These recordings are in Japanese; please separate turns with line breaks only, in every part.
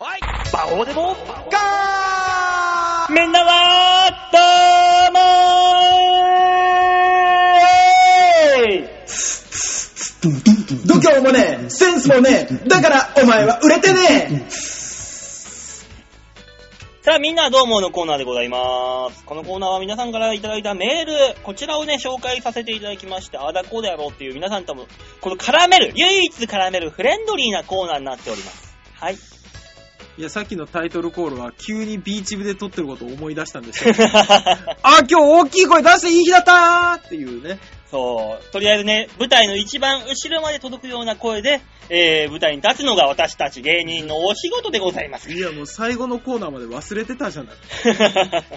どうでもガー
みんなは、どうもー
度胸もねえセンスもねえだからお前は売れてね
さあ、みんなどうものコーナーでございます。このコーナーは皆さんからいただいたメール、こちらをね、紹介させていただきまして、あだこうだやろうっていう皆さんとも、この絡める、唯一絡めるフレンドリーなコーナーになっております。はい。
いや、さっきのタイトルコールは急にビーチ部で撮ってることを思い出したんで すよ。あ、今日大きい声出していい日だったーっていうね。
そう、とりあえずね、舞台の一番後ろまで届くような声で、えー、舞台に立つのが私たち芸人のお仕事でございます。
いや、もう最後のコーナーまで忘れてたじゃない。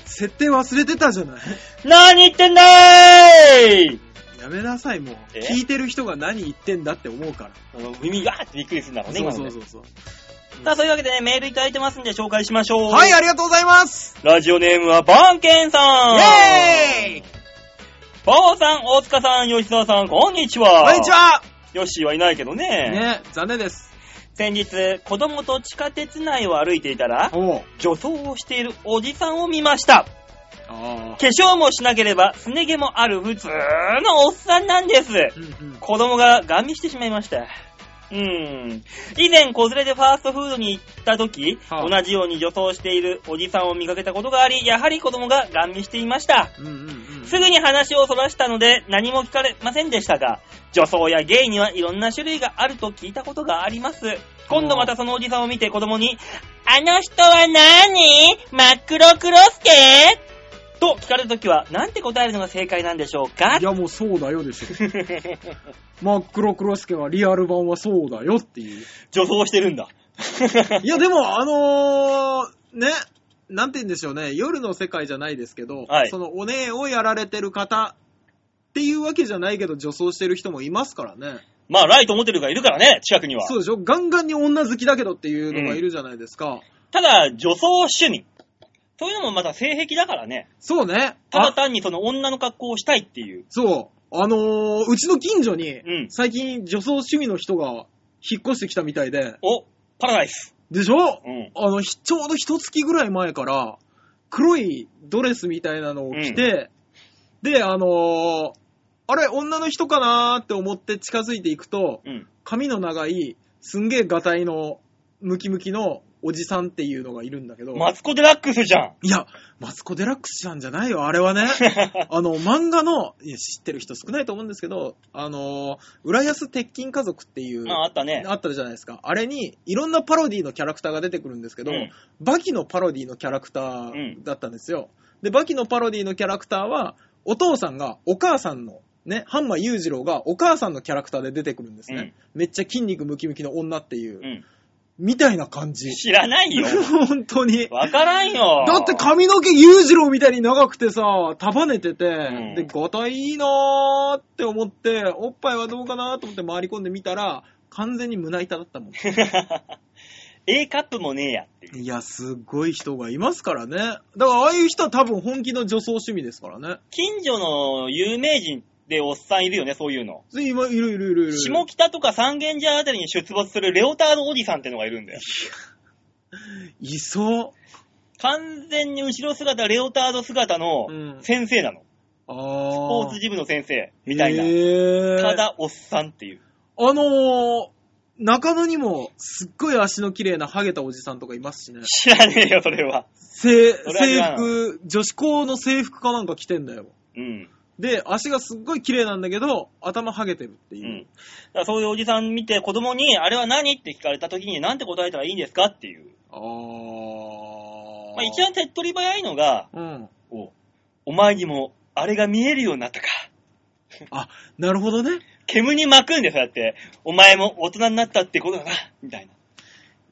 設定忘れてたじゃない。
何言ってんだーい
やめなさい、もう。
え
聞いてる人が何言ってんだって思うから。
あの耳がーってびっくりするんだろうね、
そう
今
そ
の
う
で
そうそう。
さあ、そういうわけでね、メールいただいてますんで紹介しましょう。
はい、ありがとうございます
ラジオネームはバンケンさん
イェーイ
バオさん、大塚さん、吉沢さん、こんにちは
こんにちは
ヨッシーはいないけどね。
ね、残念です。
先日、子供と地下鉄内を歩いていたら、
おう。
女装をしているおじさんを見ました。
ああ。
化粧もしなければ、すね毛もある普通のおっさんなんです。
うんうん。
子供がガン見してしまいました。うーん。以前、子連れでファーストフードに行った時、
はあ
同じように女装しているおじさんを見かけたことがあり、やはり子供がガン見していました。
うんうんうん。
すぐに話をそらしたので何も聞かれませんでしたが、女装やゲイにはいろんな種類があると聞いたことがあります。今度またそのおじさんを見て子供に、あの人は何真っ黒クロスケと聞かれたときは、なんて答えるのが正解なんでしょうか
いや、もうそうだよでしょ。真っ黒クロスケはリアル版はそうだよっていう。
女装してるんだ。
いや、でも、あのー、ね、なんて言うんでしょうね、夜の世界じゃないですけど、
はい
そのお姉をやられてる方っていうわけじゃないけど、女装してる人もいますからね。
まあ、ライトモテルがいるからね、近くには。
そうでしょガンガンに女好きだけどっていうのがいるじゃないですか。
ただ、女装趣味。そういうのもまた性癖だからね。
そうね。
ただ
あ
単にその女の格好をしたいっていう。
そう。あのー、うちの近所に
うん、
最近女装趣味の人が引っ越してきたみたいで、
お、パラダイス。
でしょ
うん。
あの、ひちょうど一月ぐらい前から、黒いドレスみたいなのを着て、で、あのーあれ、女の人かなーって思って近づいていくと、
うん。
髪の長い、すんげえガタイの、ムキムキのおじさんっていうのがいるんだけど、
マツコデラックスじゃん。
いや、マツコ・デラックスさんじゃないよ、あれは ね。あの、漫画の、いや知ってる人少ないと思うんですけど、あのー浦安鉄筋家族っていう、
ああったね。
あったじゃないですか。あれに、いろんなパロディのキャラクターが出てくるんですけど、
うん
バキのパロディのキャラクターだったんですよ。で、バキのパロディのキャラクターは、お父さんがお母さんの、ね、ハンマー裕次郎がお母さんのキャラクターで出てくるんですね。めっちゃ筋肉ムキムキの女っていう、
うん。
みたいな感じ。
知らない よ。
本当に。
わからんよ。
だって髪の毛裕次郎みたいに長くてさ、束ねてて、
ん
で、ガタイいいなーって思って、おっぱいはどうかなーと思って回り込んでみたら、完全に胸板だったもん。
A カップもねえやっていう。
いや、すごい人がいますからね。だから、ああいう人は多分本気の女装趣味ですからね。
近所の有名人でおっさんいるよね、そういうの。
つい今、いるいるいるいる。
下北とか三軒茶屋あたりに出没するレオタードおじさんってのがいるんだよ。
いそう。
完全に後ろ姿、レオタード姿の
うん
先生なの。
ああ。
スポーツジムの先生みたいな。
へー
ただおっさんっていう。
あのー、中野にも、すっごい足の綺麗なハゲたおじさんとかいますしね。
知らねえよ、それは。
せ
それは知
制
らん
服、女子校の制服かなんか着てんだよ。
うん。
で、足がすっごい綺麗なんだけど、頭ハゲてるって
う
い
ん。
う
だ。からそういうおじさん見て子供に、あれは何って聞かれた時に、なんて答えたらいいんですかっていう。
ああ。
まあ、一番手っ取り早いのが、
うん。
おお前にもあれが見えるようになったか。
あ、なるほどね。
煙に巻くんですよ、だって。お前も大人になったってことだな、みたいな。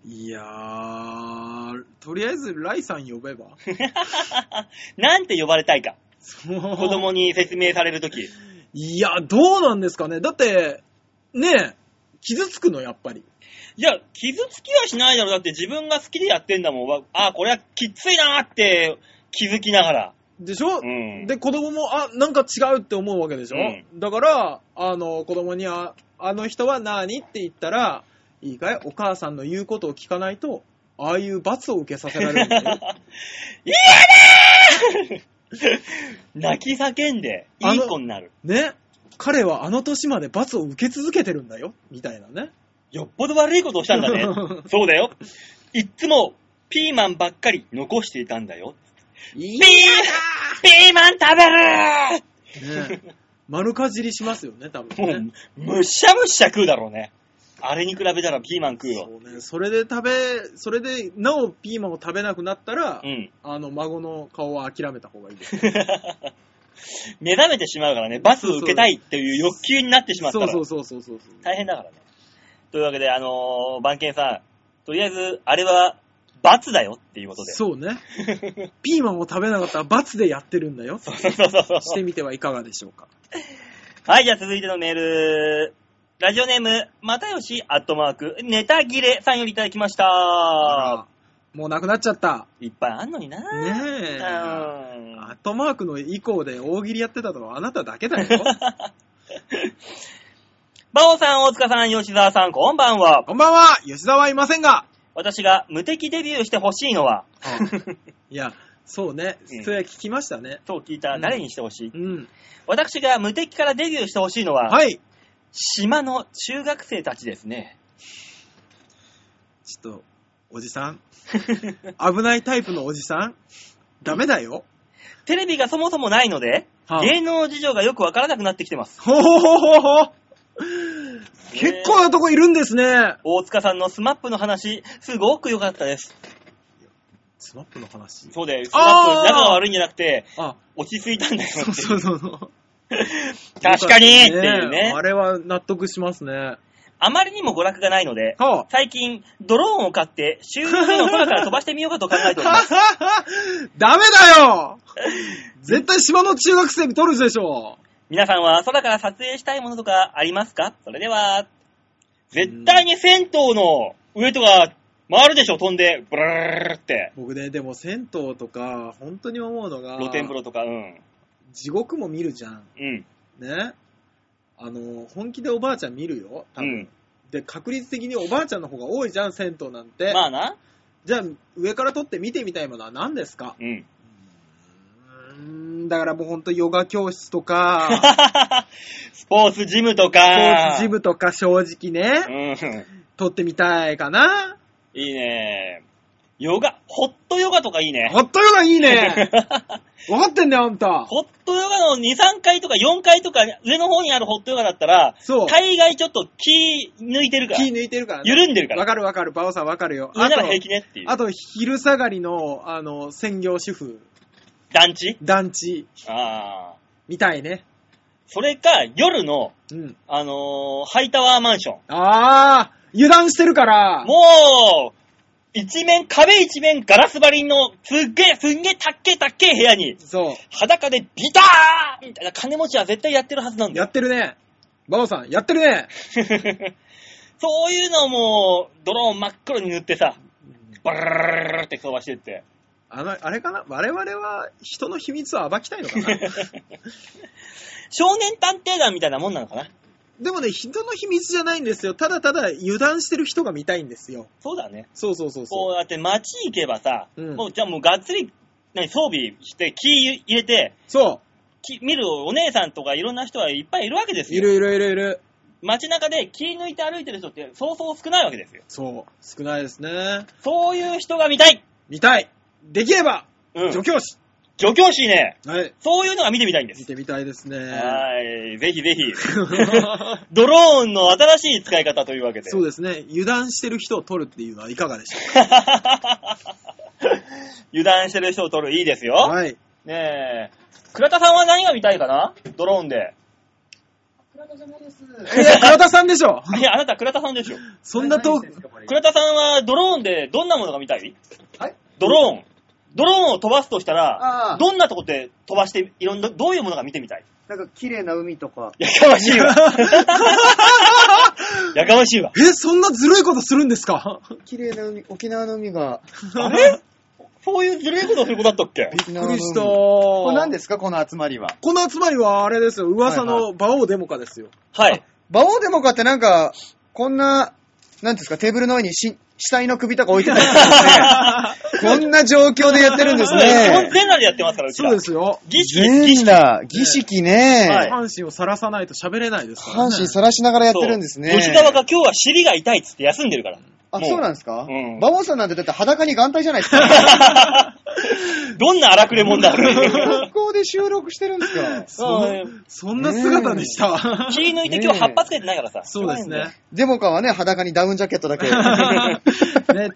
いやー、とりあえず、ライさん呼べば
なんて呼ばれたいか。
子
子供に説明されるとき。
いや、どうなんですかねだって、ねえ、傷つくの、やっぱり。
いや、傷つきはしないだろ。だって自分が好きでやってんだもん。わああ、これはきついなーって気づきながら。
でしょ、
うん
で、子供も、あ、なんか違うって思うわけでしょ、
う
だから、あの、子供に、あ、あの人は何って言ったら、いいかいお母さんの言うことを聞かないと、ああいう罰を受けさせられるんだ よ。
泣き叫んで、
あ
いい
の
子になる。
ね。彼はあの年まで罰を受け続けてるんだよ。みたいなね。
よっぽど悪いことをしたんだね。そうだよ。いっつも、ピーマンばっかり残していたんだよ。
い
ピーピーマン食べ
ね丸かじりしますよね、多
る
分
も
ね。
う、むしゃむしゃ食うだろうね。あれに比べたらピーマン食うよ。
そうね。それで食べ、それで、なおピーマンを食べなくなったら、
うん。
あの、孫の顔は諦めた方がいいです。
目覚めてしまうからね、罰を受けたいっていう欲求にな ってしまった
そう
ら、
そうそうそうそうそう。
大変だからね。というわけで、あのー、番犬さん、とりあえず、あれは、罰だよっていうことで。
そうね。ピーマンを食べなかったら罰でやってるんだよ。
そうそうそうそう
してみてはいかがでしょうか。
はい、じゃあ続いてのメール。ラジオネーム、またよし、アットマーク、ネタ切れさんよりいただきまし
あ
た。
らもうなくなっちゃった。
いっぱいあんのにな。
ねえ
うん
アットマークの以降で大喜利やってたのはあなただけだよ。
バオさん、大塚さん、吉沢さん、こんばんは。
こんばんは吉沢はいませんが
私が無敵デビューしてほしいのは、
いや、そうね。
うん
それは聞きましたね。
と聞いた誰にしてほしい、
うん。
私が無敵からデビューしてほしいのは、
はい。
島の中学生たちですね。
ちょっと、おじさん。危ないタイプのおじさん。ダメだよ。
テレビがそもそもないので、
はあ
芸能事情がよくわからなくなってきてます。
ほほほほほ結構なとこいるんですね。
大塚さんのスマップの話、すごく良かったです。
スマップの話。
そうだよ。スマ
あー
ップ仲が悪いんじゃなくて、
あ、
落ち着いたんだよ ってい
そうそうそうそう。
確かにっていうね
あ。れは納得しますね。
あまりにも娯楽がないので、
は
最近、ドローンを買って、収容所の空から飛ばしてみようかと考えてお ります。
あ、ダメだよ絶対島の中学生に撮るでしょ
皆さんは空から撮影したいものとかありますかそれでは、絶対に銭湯の上とか回るでしょ飛んで、ブラーって。
僕ね、でも銭湯とか、本当に思うのが、
露天風呂とか、うん。
地獄も見るじゃん。
うん。
ね。あの、本気でおばあちゃん見るよ。多
う
分、
ん。
で、確率的におばあちゃんの方が多いじゃん、銭湯なんて。
まあな。
じゃあ、上から撮って見てみたいものは何ですか
うん。
うーん、だからもう本当ヨガ教室 とか、
スポーツジムと
スポー
か。
ツジムとか正直ね。
うん。
撮ってみたいかな。
いいね。ヨガ、ホットヨガとかいいね。
ホットヨガいい ね。分かってんだよ、あんた。
ホットヨガの2、3回とか4回とか上の方にあるホットヨガだったら、
そう。
大概ちょっと気抜いてるから
気、抜いてるからね。
緩んでるか
わ
ら、
かるわかる、バオさんわかるよ。
上
あ
な
と
ら、平気ねっていう
あ。と、昼下がりの、あの、専業主婦、
団地
団地、
ああ。
みたいね。
それか、夜の、
うん。
あのーハイタワーマンション。
あー、油断してるから。
もう、一面、壁一面ガラス張りの、すっげえ、すんげえ、たっけえたっけえ部屋に、
そ
裸でビターンみたいな金持ちは絶対やってるはずなん
う。
だよ
やってるね。バオさん、やってるね。
そういうのをもう、ドローン真っ黒に塗ってさ、バラーって飛ばしてって。
あの、あれかな我々は人の秘密を暴きたいのか な
少年探偵団みたいなもんなのかな
でもね、人の秘密じゃないんですよ。ただただ油断してる人が見たいんですよ。
そうだね。
そうそうそうそう。
こうやって街行けばさ、
うん
もうじゃあもうがっつり、何、装備して、気入れて、
そ
気見るお姉さんとかいろんな人はいっぱいいるわけで
う。
す
い
よ。
るいるいるいる。
街中で気抜いて歩いてる人ってそうそう少ないわけですよ。
そう。少ないですね。
そういう人が見たい
見たい。できれば、
うん。
助教師。
助教師ね。
はい。
そういうのが見てみたいんで
見
す。
てみたいですね。
はい。ぜひぜひ。ドローンの新しい使い方というわけで。
そうですね。油断してる人を取るっていうのはいかがでしょ
油断してる人を撮る、いいですよ。
うかはい。
ねえ。倉田さんは何が見たいかなドローンで。
いや、倉田さんでしょ
いや、あなた倉田さんでしょ。
そんな遠く、
倉田さんはドローンでどんなものが見たい
はい
ドローン。ドローンを飛ばすとしたら
あ、ー
どんなとこで飛ばして、いろんな、どういうものが見てみたい
なんか綺麗な海とか。
やかましいわ。 やかましいわ。
え、そんなずるいことするんですか
綺麗な海、沖縄の海が。
あれそういうずるいことする子だったっけ
びっく
びっくりした。
これ何
こ
ですかこの集まりは。
の集まりはあれですよ。噂
はい
の馬王デモカですよ。
はい。
バオデモカってなんか、こんな、なんていうんですか、テーブルの上にし死体の首とか 置いてないですね。こんな状況でやってるんです
そう
ね。
全裸でやってますから、うち
そう
ら。
ですよ。
儀式、儀
全
式。
裸、儀式
はい
ね。
阪神を晒さないと喋れないですから、ね。
阪神さらしながらやってるんですね。
そう吉川が今日は尻が痛いっつって休んでるから。
あ、
も
そうなんですか
うん
馬王さんなんてだって裸に眼帯じゃないで すか。
どんな荒くれ者だ、俺。
学校で収録してるんですか
そう
そんな姿でした。
気抜いて今日葉っぱつけてないからさ。
そうですね。
デモカはね、裸にダウンジャケッ トだけ。
ね、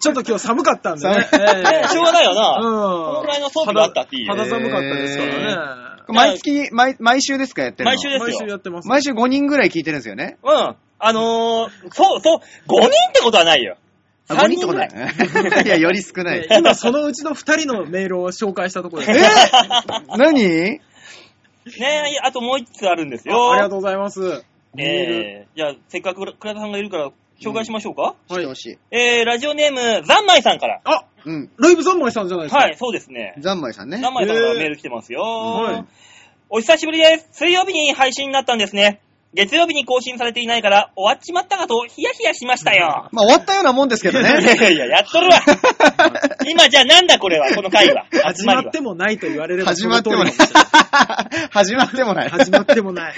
ちょっと今日寒かったんでね。
ね しょうがないよ
うん。
な。この
こ
くらいの装備があったっていいよ
肌寒かったですからね。
毎月、毎、毎週ですかやってるの
毎週です
毎週や
よ。
ってます。
毎週5人ぐらい聞いてるんですよね。
うん。あのー、そう、そう、5人ってことはないよ。
あ
3
5人っ
人
てこ
ぐ
と
ら
だ
い。
よね。いや、より少ない。
ね今そのうちの二人のメールを紹介したところです。
え何
ねえ、あともう一つあるんですよ。
あありがとうございます。
えー、じゃあ、せっかく倉倉田さんがいるから、紹介しましょうか。
してほしい。
えー、ラジオネーム、ざんまいさんから。
あ、
うん。
ルイブ三昧さんじゃないですか。
はい、そうですね。
ざんまいさんね
ざ。んまいさんからメール来てますよ、
はい
お久しぶりです。水曜日に配信になったんですね。月曜日に更新されていないから、終わっちまったかと、ヒヤヒヤしましたよ。
まあ、終わったようなもんですけど
いやいや
ね。
いや、やっとるわ。 今じゃあなんだこれは、この回は。
始まってもないと言われれば
始まってもない
その通りかもしれ。
始まってもない。
ない始まっても ない。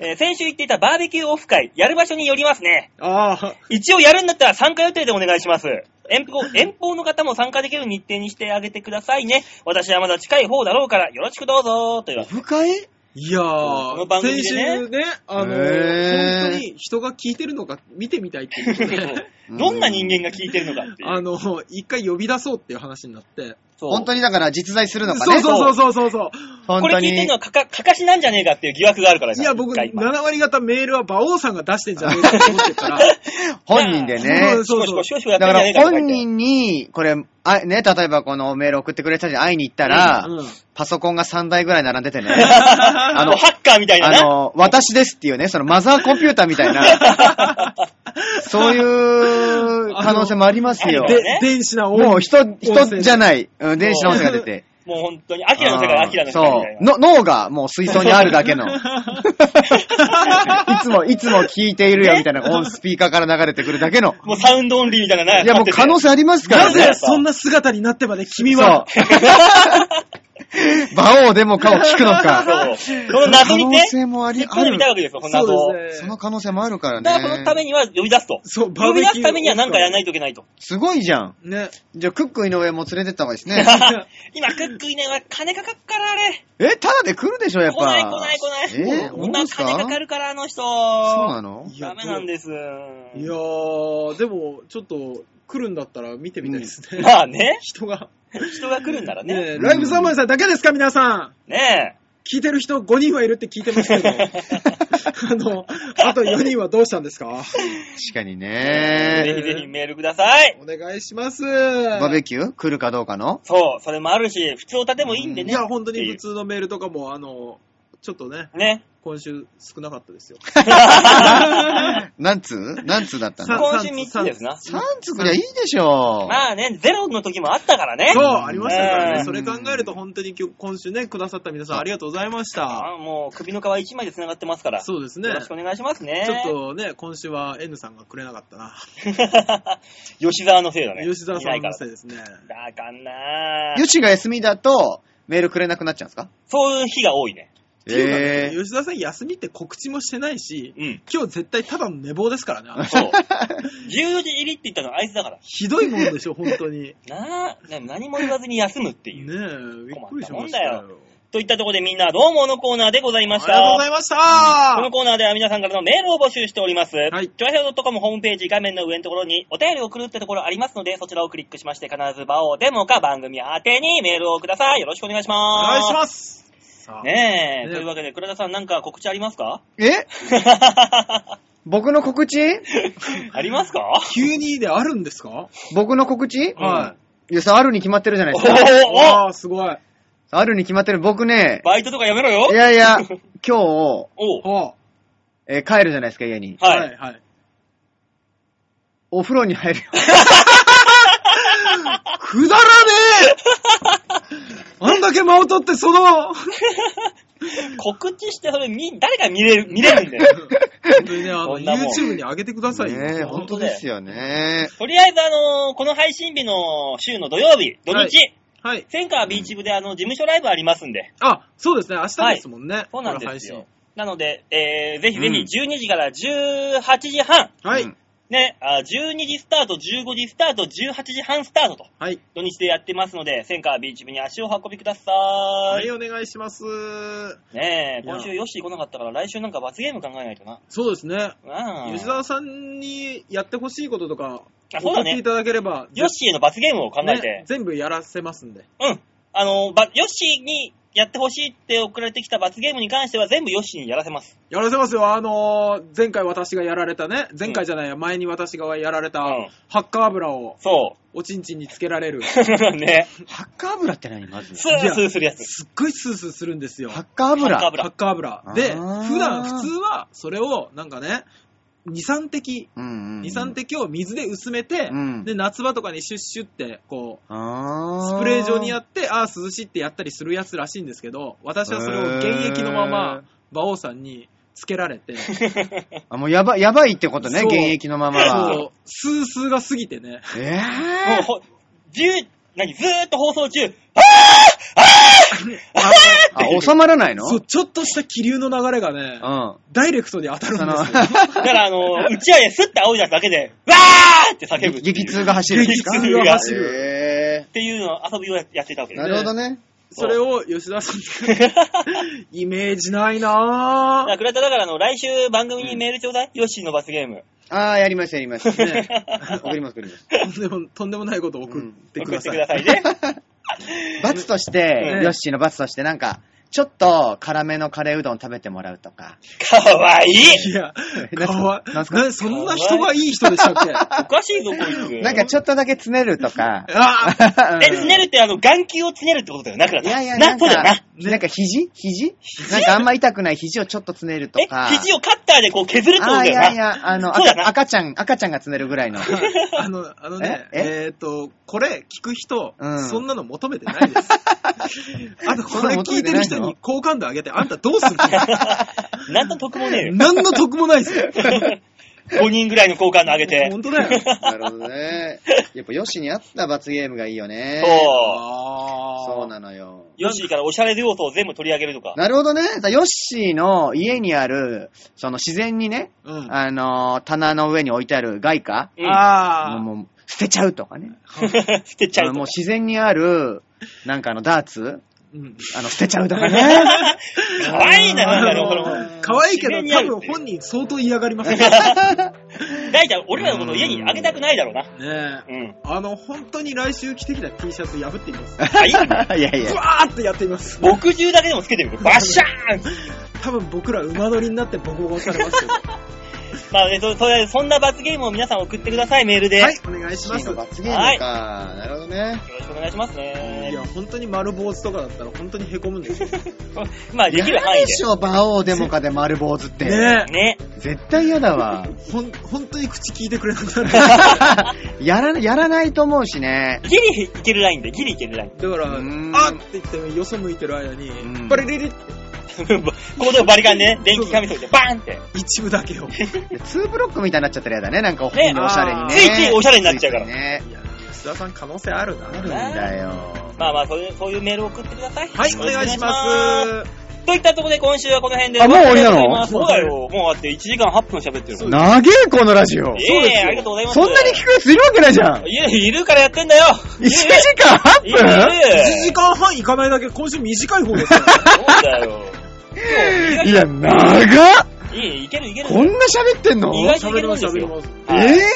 えー先週言っていたバーベキューオフ会、やる場所によりますね。
ああ、
一応やるんだったら参加予定でお願いします。遠 方、遠方の方も参加できる日程にしてあげてくださいね。私はまだ近い方だろうから、よろしくどうぞ、というわ
オフ会
いや
この番
ー、
組
先
でね
週ね、あの
へー
ー、本当に人が聞いてるのか見てみたいっていうことで、
うん
どんな人間が聞いてるのかっていう。
あのー、一回呼び出そうっていう話になって。
そう
本当にだから実在するのか
そう
ね。
そうそうそうそう。
本
これ
当
聞いてる
に
の。はかか、かかしなんじゃねえかっていう疑惑があるから
いや、僕、
一回今
7割方メールは馬王さんが出してんじゃねえかと思ってた ら。
本人でね
そう。そう
シ
そ
コシコ
う
シコシコや
だ
ってん
か
じゃねえからとか言っ
本
て
人に、これ、あね、例えばこのメール送ってくれた人に会いに行ったら、
うん
パソコンが3台ぐらい並んでてね、
あ
あ
の、
の、
ハッカーみたいな
あ
な。
の、私ですっていうね、そのマザーコンピューターみたいな、 そういう可能性もありますよ
あ。の
で
ね、
電子な音
もう人、
音声
人じゃない、うん、電子の音声が出て。
もう本当に、アキラの世界、アキラの世界みたい
そう。の脳がもう水槽にある だけの。い つも、いつも聞いているよみたいな、オンスピーカーから流れてくるだけの。
な。もうサウンドオンリーみたいなな。
いや、もう可能
性。
性ありますから
な
ね。
ぜそんな姿になってまで君は。
そう。馬王でもかを聞く
そ
の
う。
か。
その謎にね、
可能性もあり
引っ込んでみたいわけですよ、この謎
そ
を
う。です
その可能性もあるからね。
だからそのためには呼び出すと。
そう、。
呼び出すためには何かやらないいといけないと。
すごいじゃん。
ね。
じゃあ、クック井上も連れてった方がいいですね。
今、クックイネは金かかるから、あれ。
え、ただで来るでしょ、やっぱ。
来ない来ない来ない。女
え、本当
金
ですか
かかるから、あの人。
そうなの
いや
ダメなんです。
いやー、でも、ちょっと、来るんだったら見てみたいですね。
まあね、
人が。
人が来るんならね。
ねえライブ三昧さんだけですか、皆さん。
ね
聞いてる人5人はいるって聞いてますけ ど。あの、あと4人はどうしたんですか
確かに
え。ぜひ
ね。
ぜひメールください。
お願いします。
バ
バ
ーベキュー来るかどうかの
そう、それもあるし、普通歌でもいいんで
い
ね。
や、本当に普
ってい
通のメールとかも、あの、ちょっとね、
う。ね。
今週少なかったですよ。
何通何通だった
さ
の
今週
さん
3つですな。
?3 通くりゃいいでしょ。
まあね、ゼロの時もあったからね。
そう、ありましたから
う
ね。
ん
それ考えると本当に今日今週ね、くださった皆さんありがとうございました。
あもう首の皮一枚で繋がってますから。
そうですね
よろしくお願いしますね。
ちょっとね、今週は N さんがくれなかったな。
吉沢のせいだね。
吉沢さん
いな
の
いか
せいですね。
ら。だかんな
よしが休みだと、メールくれなくなっちゃうんですか
そういう日が多いね。
っていうかね
えー
吉沢さん休みって告知もしてないし、
うん。
今日絶対ただの寝坊ですからねあの。
そう。10時入りって言ったのはあいつだから。
ひどいもんでしょ、本当に。
なあ、ね何も言わずに休むって
ねえ
いう。、
びっくりしました
困ったもん
よ。
といったところでみんなどうものコーナーでござい
あ
ま
り
し
がとうござ
た。
いました
このコーナーでは皆さんからのメールを募集しております。はいちょいドットコムホームページ画面の上のところにお便りを送るってところありますので、そちらをクリックしまして必ず場をデモか番組宛てにメールをください。よろしくお願いし
お
ます。
願いしますさあ
ねえ、
ね
というわけで、倉田さんなんか告知ありますか
え僕の告知
ありますか
急にであるんですか
僕の告知。
はい
いや、さ、あるに決まってるじゃない
お
ですか。
おお
ああ、すごい。は
あるに決まってる。僕ね、
バイトとかやめろよ
いやいや、今日、
おう
あ
えー帰るじゃないですか、家に。
は。
はいい、はい。
お風呂に入るよ。
くだらねえあんだけ間を取って、その、本
告知してそれみ、誰が見れる、見れるんだよ。
当にね、ああの、
そんなもん
YouTube に上げてくださいよ。
ねえ、本当ですよね。
とりあえず、あのーこの配信日の週の土曜日、土日、
はいはい。
センカービーチ部であの、事務所ライブありますんで。
あ、そうですね。明日ですもんね。
そうなんです
この
よ。なので、えー、ぜひぜひ、
うん
12時から18時半、
配
う
信。
ん
ね、あ12時スタート、15時スタート、18時半スタートと、
はい。
土日でやってますので、センカービーチ部に足を運びくださ。
はい。はいい、お願いします。
ねえ、
いや
今週ヨッシー来なかったから、来週なんか罰ゲーム考えないとな。
そうですね。
うん。
吉沢さんにやってほしいこととか、
あそうだね
送っていただければ、
ヨッシーへの罰ゲームを考えて、
ね全部やらせますんで。
うん。あの、ば、ヨッシーにやってほしいって送られてきた罰ゲームに関しては全部ヨッシーにやらせます。
やらせますよ。あのー前回私がやられたね。前回じゃないや、前に私がやられた
うん、
ハッカー油を、
そ
おちんちんにつけら れる。
う。 ね。
ハッカー油って何まず。
スースーするやつ。
すっごいスースーするんですよ。
ハッカー油。
ハッカー油
ハッカー油。で、
あー
普段普通は、それを、なんかね、2、3滴、
うんうんうん
2、3滴を水で薄めて、
うん
で、夏場とかにシュッシュって、こう、
あー
スプレー状にやって、ああー、涼しいってやったりするやつらしいんですけど、私はそれを現役のまま、馬王さんにつけられて、
あ、もうやば、やばいってことね、
そう
現役のままは。
そう、スースーが過ぎてね、
ええ
もう、ほ、十、何、ずーっと放送中、
あ、収まらないの
そう、ちょっとした気流の流れがね、
うん。
ダイレクトに当たる
そ
んで
の、
すよ。
だからあの、打ち上げスッて仰いだだけで、わーって叫ぶっていう。
激痛が走るんですか
激痛が走
る
え
っていうのを遊びをやってたわけ
え
で
な
す。
るほどね。
それを吉田さんに イメージないなぁ。
クラタだからあの、来週番組にメールちょうだい。ヨッシーの罰ゲーム。
ああ、やりました、やりました。
ね
送ります、送りま
とん
す。
でもとんでもないことを送ってく
送
だ
って
さい。
くださいね。
罰として、
うん
ヨッシーの罰として、なんか、ちょっと辛めのカレーうどん食べてもらうとか。
かわいい
いや
え、
かわ
なんすか
なそんな人がいい人でしたっ けあ
おかしいぞ、こいつ。
なんかちょっとだけつねる とか。
あ
え、つねるってあの、眼球をつねるってことだよな、クラ
い
タ。
やいや、な
な、
ん
そうだ
か、
よな。
なんか肘肘なんかあんま痛くない肘をちょっとつねると
え、
か。
肘をカッターでこう削るってこと
ああ、
だ
い
よ
やい
な。
や、あの、
そうだな
赤赤ちゃん、赤ちゃんがつねるぐらいの。
あの、あのね、
え
えっ、と、これ聞く人、
うん
そんなの求めてな いです。あと、これ聞いてる人に好感度上げて、あんたどうする
なんと得もねえよ
の。何の得もないですよ。
5人ぐらいの好感度上げて。
本当だよ。
なるほどね。やっぱヨッシーに合った罰ゲームがいいよね。
そう。
あ
そうなのよ。
ヨッシーからおしゃれ要素を全部取り上げると か。
なるほどね。さヨッシーの家にある、その自然にね、
うん。
あのー、棚の上に置いてある外貨、
うん
あー
もうもう捨てちゃうとかね。
捨てちゃ
あの
う
もう
とか。
自然にある、なんかあの、ダーツ、
うん。
あの、捨てちゃうとか ね。
かわいいな、なんだろう、この。
可愛いけど、
自然にあ
多
る
分
っていう
本人相当嫌がりま すよ
大体俺らのこと家にあげたくないだろうな。
ねえ。
うん。
あの、本当に来週着てきた T シャツ破ってみます。
はいい。
いやい
ブ
や。
ワーってやってみます。
墨汁だけでもつけてみる。バッシャーン
多分僕ら馬乗りになってボコボコされ ますよ。
まあね、そ、それそんな罰ゲームを皆さん送ってください、メールで。
はい、お願いし
ヨ
ま
ッシ
す
ーの。罰ゲームか。なるほどね。
よろしくお願いします
いや
ね。、
本当に丸坊主とかだったら本当に凹むんですよ。
まあ、できる範囲
嫌でしょ、馬王デモカで丸坊主って。
ね
で。ね。
絶対嫌だわ。
え。ほん、本当に口聞いてくれな くなる。
やら、やらないと思うしね。
ギリいけるラインで、ギリいけるライン。
だから、あ
うん
ーって言ってよそ向いてる間に
うん、
パリリリって
ここでバリカンでね、電気紙添えて、バーンって。
一部だけを。
2ブロックみたいになっちゃったら嫌だね。なんか本人おしゃれに
ね
ね。
ついついおしゃれになっちゃうから
ね。
いや、吉田さん可能性あるな。
あるんだよ。
まあまあ、そういう、そういうメールを送ってください。
はい、お願いします。
す。といったところで今週はこの辺で。
あもう終わりなの
お別れしたいと思いますそうだよ。もうだって1時間8分喋ってるもん。
長え、このラジオ。
ええありがとうございます。
そんなに聞くやついるわけないじゃん。
いや、いるからやってんだよ。
1時間
いるいる
8分
1時間半いかないだけ、今週短い方 ですよ。
そうだよ。
いや、長っ
いい、いけるいける。
こんな喋ってんの
意
え
外といけるんです
り
よ。
ます。
はい
え
う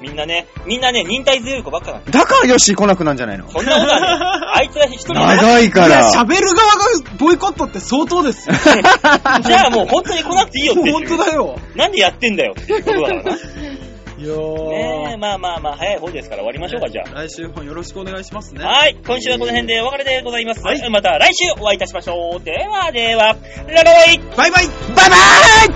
みんなね、みんなね、忍耐強い子ばっかなんで。
だからヨッシー来なくなんじゃないの
そんなことはね、あいつら一人で
長いか
ん。いや、
ら。
喋る側がボイコットって相当ですよ。
じゃあもう本当に来なくていいよって。
本当だよ。
なんでやってんだよっていうことだからな。
いやー
ね え、まあまあまあ、早い方ですから終わりましょうか、じゃあ。
来週もよろしくお願いしますね。
はい、今週はこの辺でお別れでございます。
はい
また来週お会いいたしましょう。ではでは、ララバイ
バイバイ
バイバーイ